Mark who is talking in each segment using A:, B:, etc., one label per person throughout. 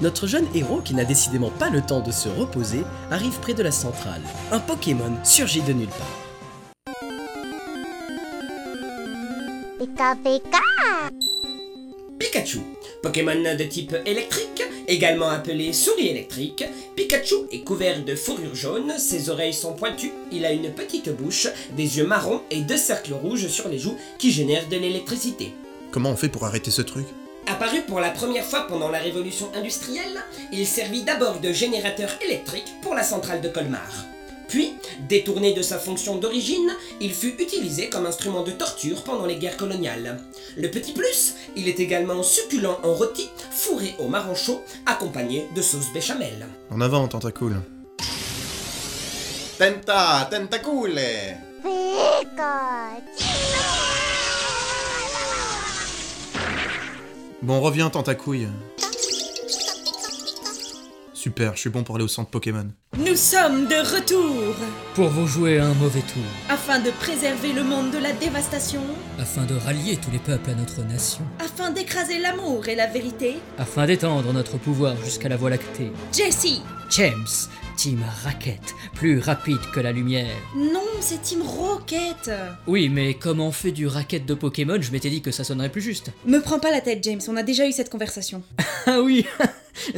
A: notre jeune héros, qui n'a décidément pas le temps de se reposer, arrive près de la centrale. Un Pokémon surgit de nulle part.
B: ピカピカ
C: Pikachu, Pokémon de type électrique, également appelé souris électrique, Pikachu est couvert de fourrure jaune, ses oreilles sont pointues, il a une petite bouche, des yeux marrons et deux cercles rouges sur les joues qui génèrent de l'électricité.
D: Comment on fait pour arrêter ce truc
C: Apparu pour la première fois pendant la révolution industrielle, il servit d'abord de générateur électrique pour la centrale de Colmar. Puis, détourné de sa fonction d'origine, il fut utilisé comme instrument de torture pendant les guerres coloniales. Le petit plus, il est également succulent en rôti, fourré au marron chaud, accompagné de sauce béchamel.
D: En avant, Tentacool.
E: Tenta, tentacule
B: ピーカーチ
D: Bon, reviens, Tentacouille. Super, je suis bon pour aller au centre Pokémon.
F: Nous sommes de retour
G: Pour vous jouer un mauvais tour,
F: afin de préserver le monde de la dévastation,
G: afin de rallier tous les peuples à notre nation,
F: afin d'écraser l'amour et la vérité.
G: afin d'étendre notre pouvoir jusqu'à la Voie lactée.
F: Jessie
G: James, Team Raquette, plus rapide que la lumière.
F: Non, c'est Team Rocket
G: Oui, mais comme on fait du racket de Pokémon, je m'étais dit que ça sonnerait plus juste.
F: Me prends pas la tête, James, on a déjà eu cette conversation.
G: Ah oui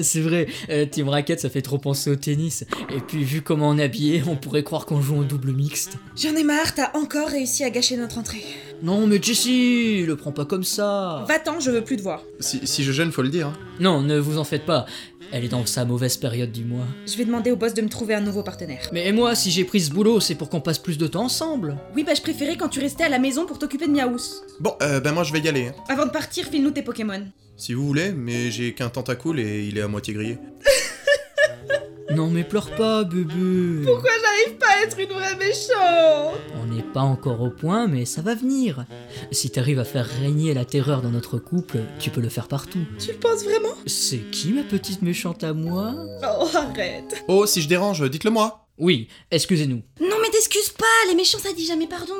G: C'est vrai, euh, Team Raquette, ça fait trop penser au tennis. Et puis, vu comment on est habillé, on pourrait croire qu'on joue en double mixte.
F: J'en ai marre, t'as encore réussi à gâcher notre entrée.
G: Non, mais Jessie, le prends pas comme ça
F: Va-t'en, je veux plus te voir.
D: Si, si je gêne, faut le dire. hein.
G: Non, ne vous en faites pas. Elle est dans sa mauvaise période du mois.
F: Je vais demander au boss de me trouver un nouveau partenaire.
G: Mais moi, si j'ai pris ce boulot, c'est pour qu'on passe plus de temps ensemble.
F: Oui, bah je préférais quand tu restais à la maison pour t'occuper de Miaous.
D: Bon, euh, ben moi je vais y aller. hein.
F: Avant de partir, file-nous tes Pokémon.
D: Si vous voulez, mais j'ai qu'un Tentacool et il est à moitié grillé.
G: Non, mais pleure pas, bébé.
F: j'arrive pas à être une vraie méchante
G: On n'est pas encore au point, mais ça va venir. Si t'arrives à faire régner la terreur dans notre couple, tu peux le faire partout.
F: Tu le penses vraiment
G: C'est qui ma petite méchante à moi
F: Oh, arrête
D: Oh, si je dérange, dites-le moi
G: Oui, excusez-nous.
H: Non mais t'excuses pas, les méchants ça dit jamais pardon.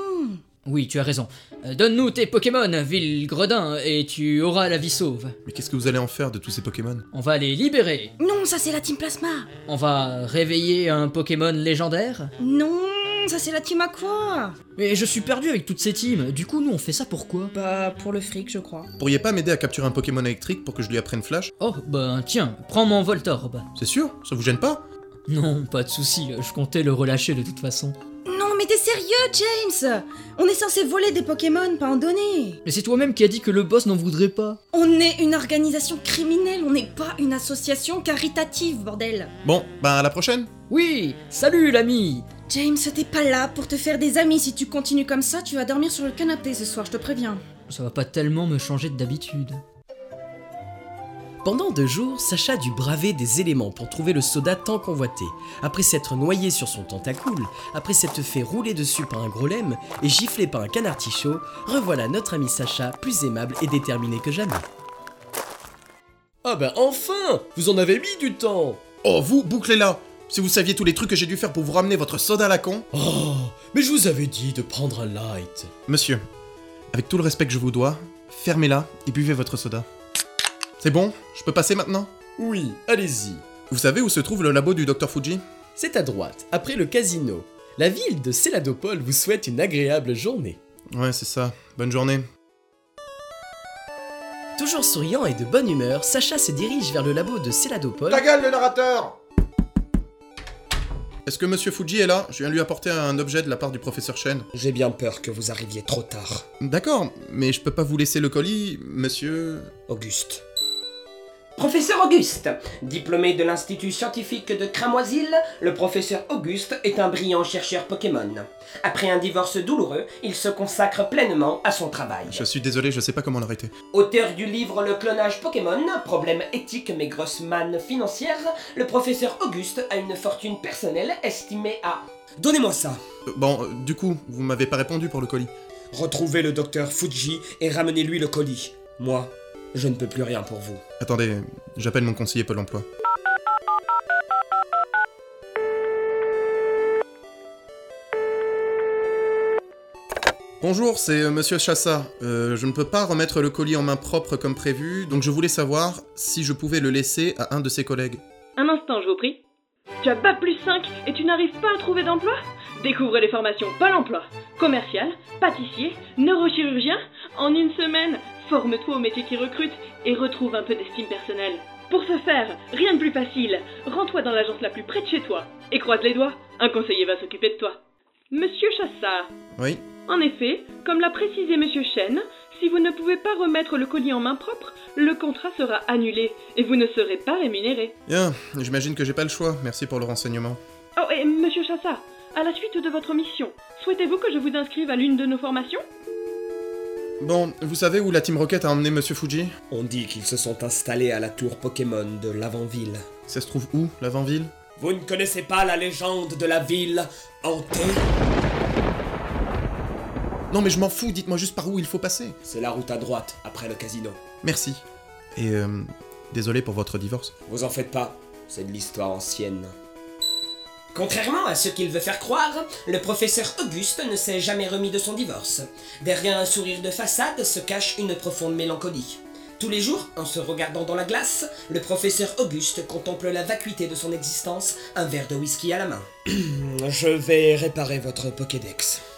G: Oui, tu as raison. Euh, Donne-nous tes Pokémon, ville gredin, et tu auras la vie sauve.
D: Mais qu'est-ce que vous allez en faire de tous ces Pokémon
G: On va les libérer.
H: Non, ça c'est la team plasma.
G: On va réveiller un Pokémon légendaire.
H: Non, ça c'est la team aqua.
G: Mais je suis perdu avec toutes ces teams. Du coup, nous, on fait ça pourquoi
F: Bah, pour le fric, je crois.
D: Vous Pourriez pas m'aider à capturer un Pokémon électrique pour que je lui apprenne Flash
G: Oh, ben tiens, prends mon Voltorb.
D: C'est sûr Ça vous gêne pas
G: Non, pas de souci, je comptais le relâcher de toute façon.
H: Non mais t'es sérieux James On est censé voler des Pokémon, pas en donner.
G: Mais c'est toi-même qui as dit que le boss n'en voudrait pas.
H: On est une organisation criminelle, on n'est pas une association caritative, bordel.
D: Bon, ben à la prochaine
G: Oui, salut l'ami
H: James, t'es pas là pour te faire des amis. Si tu continues comme ça, tu vas dormir sur le canapé ce soir, je te préviens.
G: Ça va pas tellement me changer de d'habitude.
A: Pendant deux jours, Sacha dut braver des éléments pour trouver le soda tant convoité. Après s'être noyé sur son tentacule, après s'être fait rouler dessus par un gros lemme et giflé par un canard tichot, revoilà notre ami Sacha plus aimable et déterminé que jamais.
I: Ah bah enfin Vous en avez mis du temps
D: Oh, vous, bouclez-la Si vous saviez tous les trucs que j'ai dû faire pour vous ramener votre soda à la con
I: Oh Mais je vous avais dit de prendre un light
D: Monsieur, avec tout le respect que je vous dois, fermez-la et buvez votre soda. C'est bon Je peux passer maintenant
I: Oui, allez-y
D: Vous savez où se trouve le labo du Dr Fuji
I: C'est à droite, après le casino. La ville de Céladopol vous souhaite une agréable journée.
D: Ouais, c'est ça. Bonne journée.
A: Toujours souriant et de bonne humeur, Sacha se dirige vers le labo de Céladopol.
E: Ta gueule, le narrateur
D: Est-ce que Monsieur Fuji est là Je viens lui apporter un objet de la part du professeur Chen.
C: J'ai bien peur que vous arriviez trop tard,
D: D'accord, mais je peux pas vous laisser le colis, monsieur.
C: Auguste. Professeur Auguste Diplômé de l'Institut scientifique de Cramoisil, le professeur Auguste est un brillant chercheur Pokémon. Après un divorce douloureux, il se consacre pleinement à son travail.
D: Je suis désolé, je sais pas comment l'arrêter.
C: Auteur du livre Le clonage Pokémon, problème éthique mais grosse manne financière, le professeur Auguste a une fortune personnelle estimée à... Donnez-moi ça
D: Euh, Bon, euh, du coup, vous m'avez pas répondu pour le colis.
C: Retrouvez le docteur Fuji et ramenez-lui le colis. Moi, je ne peux plus rien pour vous.
D: Attendez, j'appelle mon conseiller Pôle emploi. Bonjour, c'est euh, Monsieur Chassa. Euh, je ne peux pas remettre le colis en main propre comme prévu, donc je voulais savoir si je pouvais le laisser à un de ses collègues.
J: Un instant, je vous prie. Tu as Bac plus 5 et tu n'arrives pas à trouver d'emploi Découvrez les formations Pôle emploi, commercial, pâtissier, neurochirurgien. En une semaine, forme-toi au métier qui recrute et retrouve un peu d'estime personnelle. Pour ce faire, rien de plus facile. Rends-toi dans l'agence la plus près de chez toi et croise les doigts. Un conseiller va s'occuper de toi. Monsieur Chassard,
D: Oui
J: en effet, comme l'a précisé Monsieur Chen, si vous ne pouvez pas remettre le colis en main propre, le contrat sera annulé et vous ne serez pas rémunéré.
D: Bien, j'imagine que j'ai pas le choix, merci pour le renseignement.
J: Oh, et Monsieur Chassa, à la suite de votre mission, souhaitez-vous que je vous inscrive à l'une de nos formations
D: Bon, vous savez où la Team Rocket a emmené Monsieur Fuji
C: On dit qu'ils se sont installés à la tour Pokémon de l'avant-ville.
D: Ça se trouve où, l'avant-ville
C: Vous ne connaissez pas la légende de la ville hantée
D: Non mais je m'en fous, dites-moi juste par où il faut passer.
C: C'est la route à droite, après le casino.
D: Merci. Et euh, désolé pour votre divorce.
C: Vous en faites pas, c'est de l'histoire ancienne. Contrairement à ce qu'il veut faire croire, le professeur Auguste ne s'est jamais remis de son divorce. Derrière un sourire de façade se cache une profonde mélancolie. Tous les jours, en se regardant dans la glace, le professeur Auguste contemple la vacuité de son existence, un verre de whisky à la main. Je vais réparer votre Pokédex.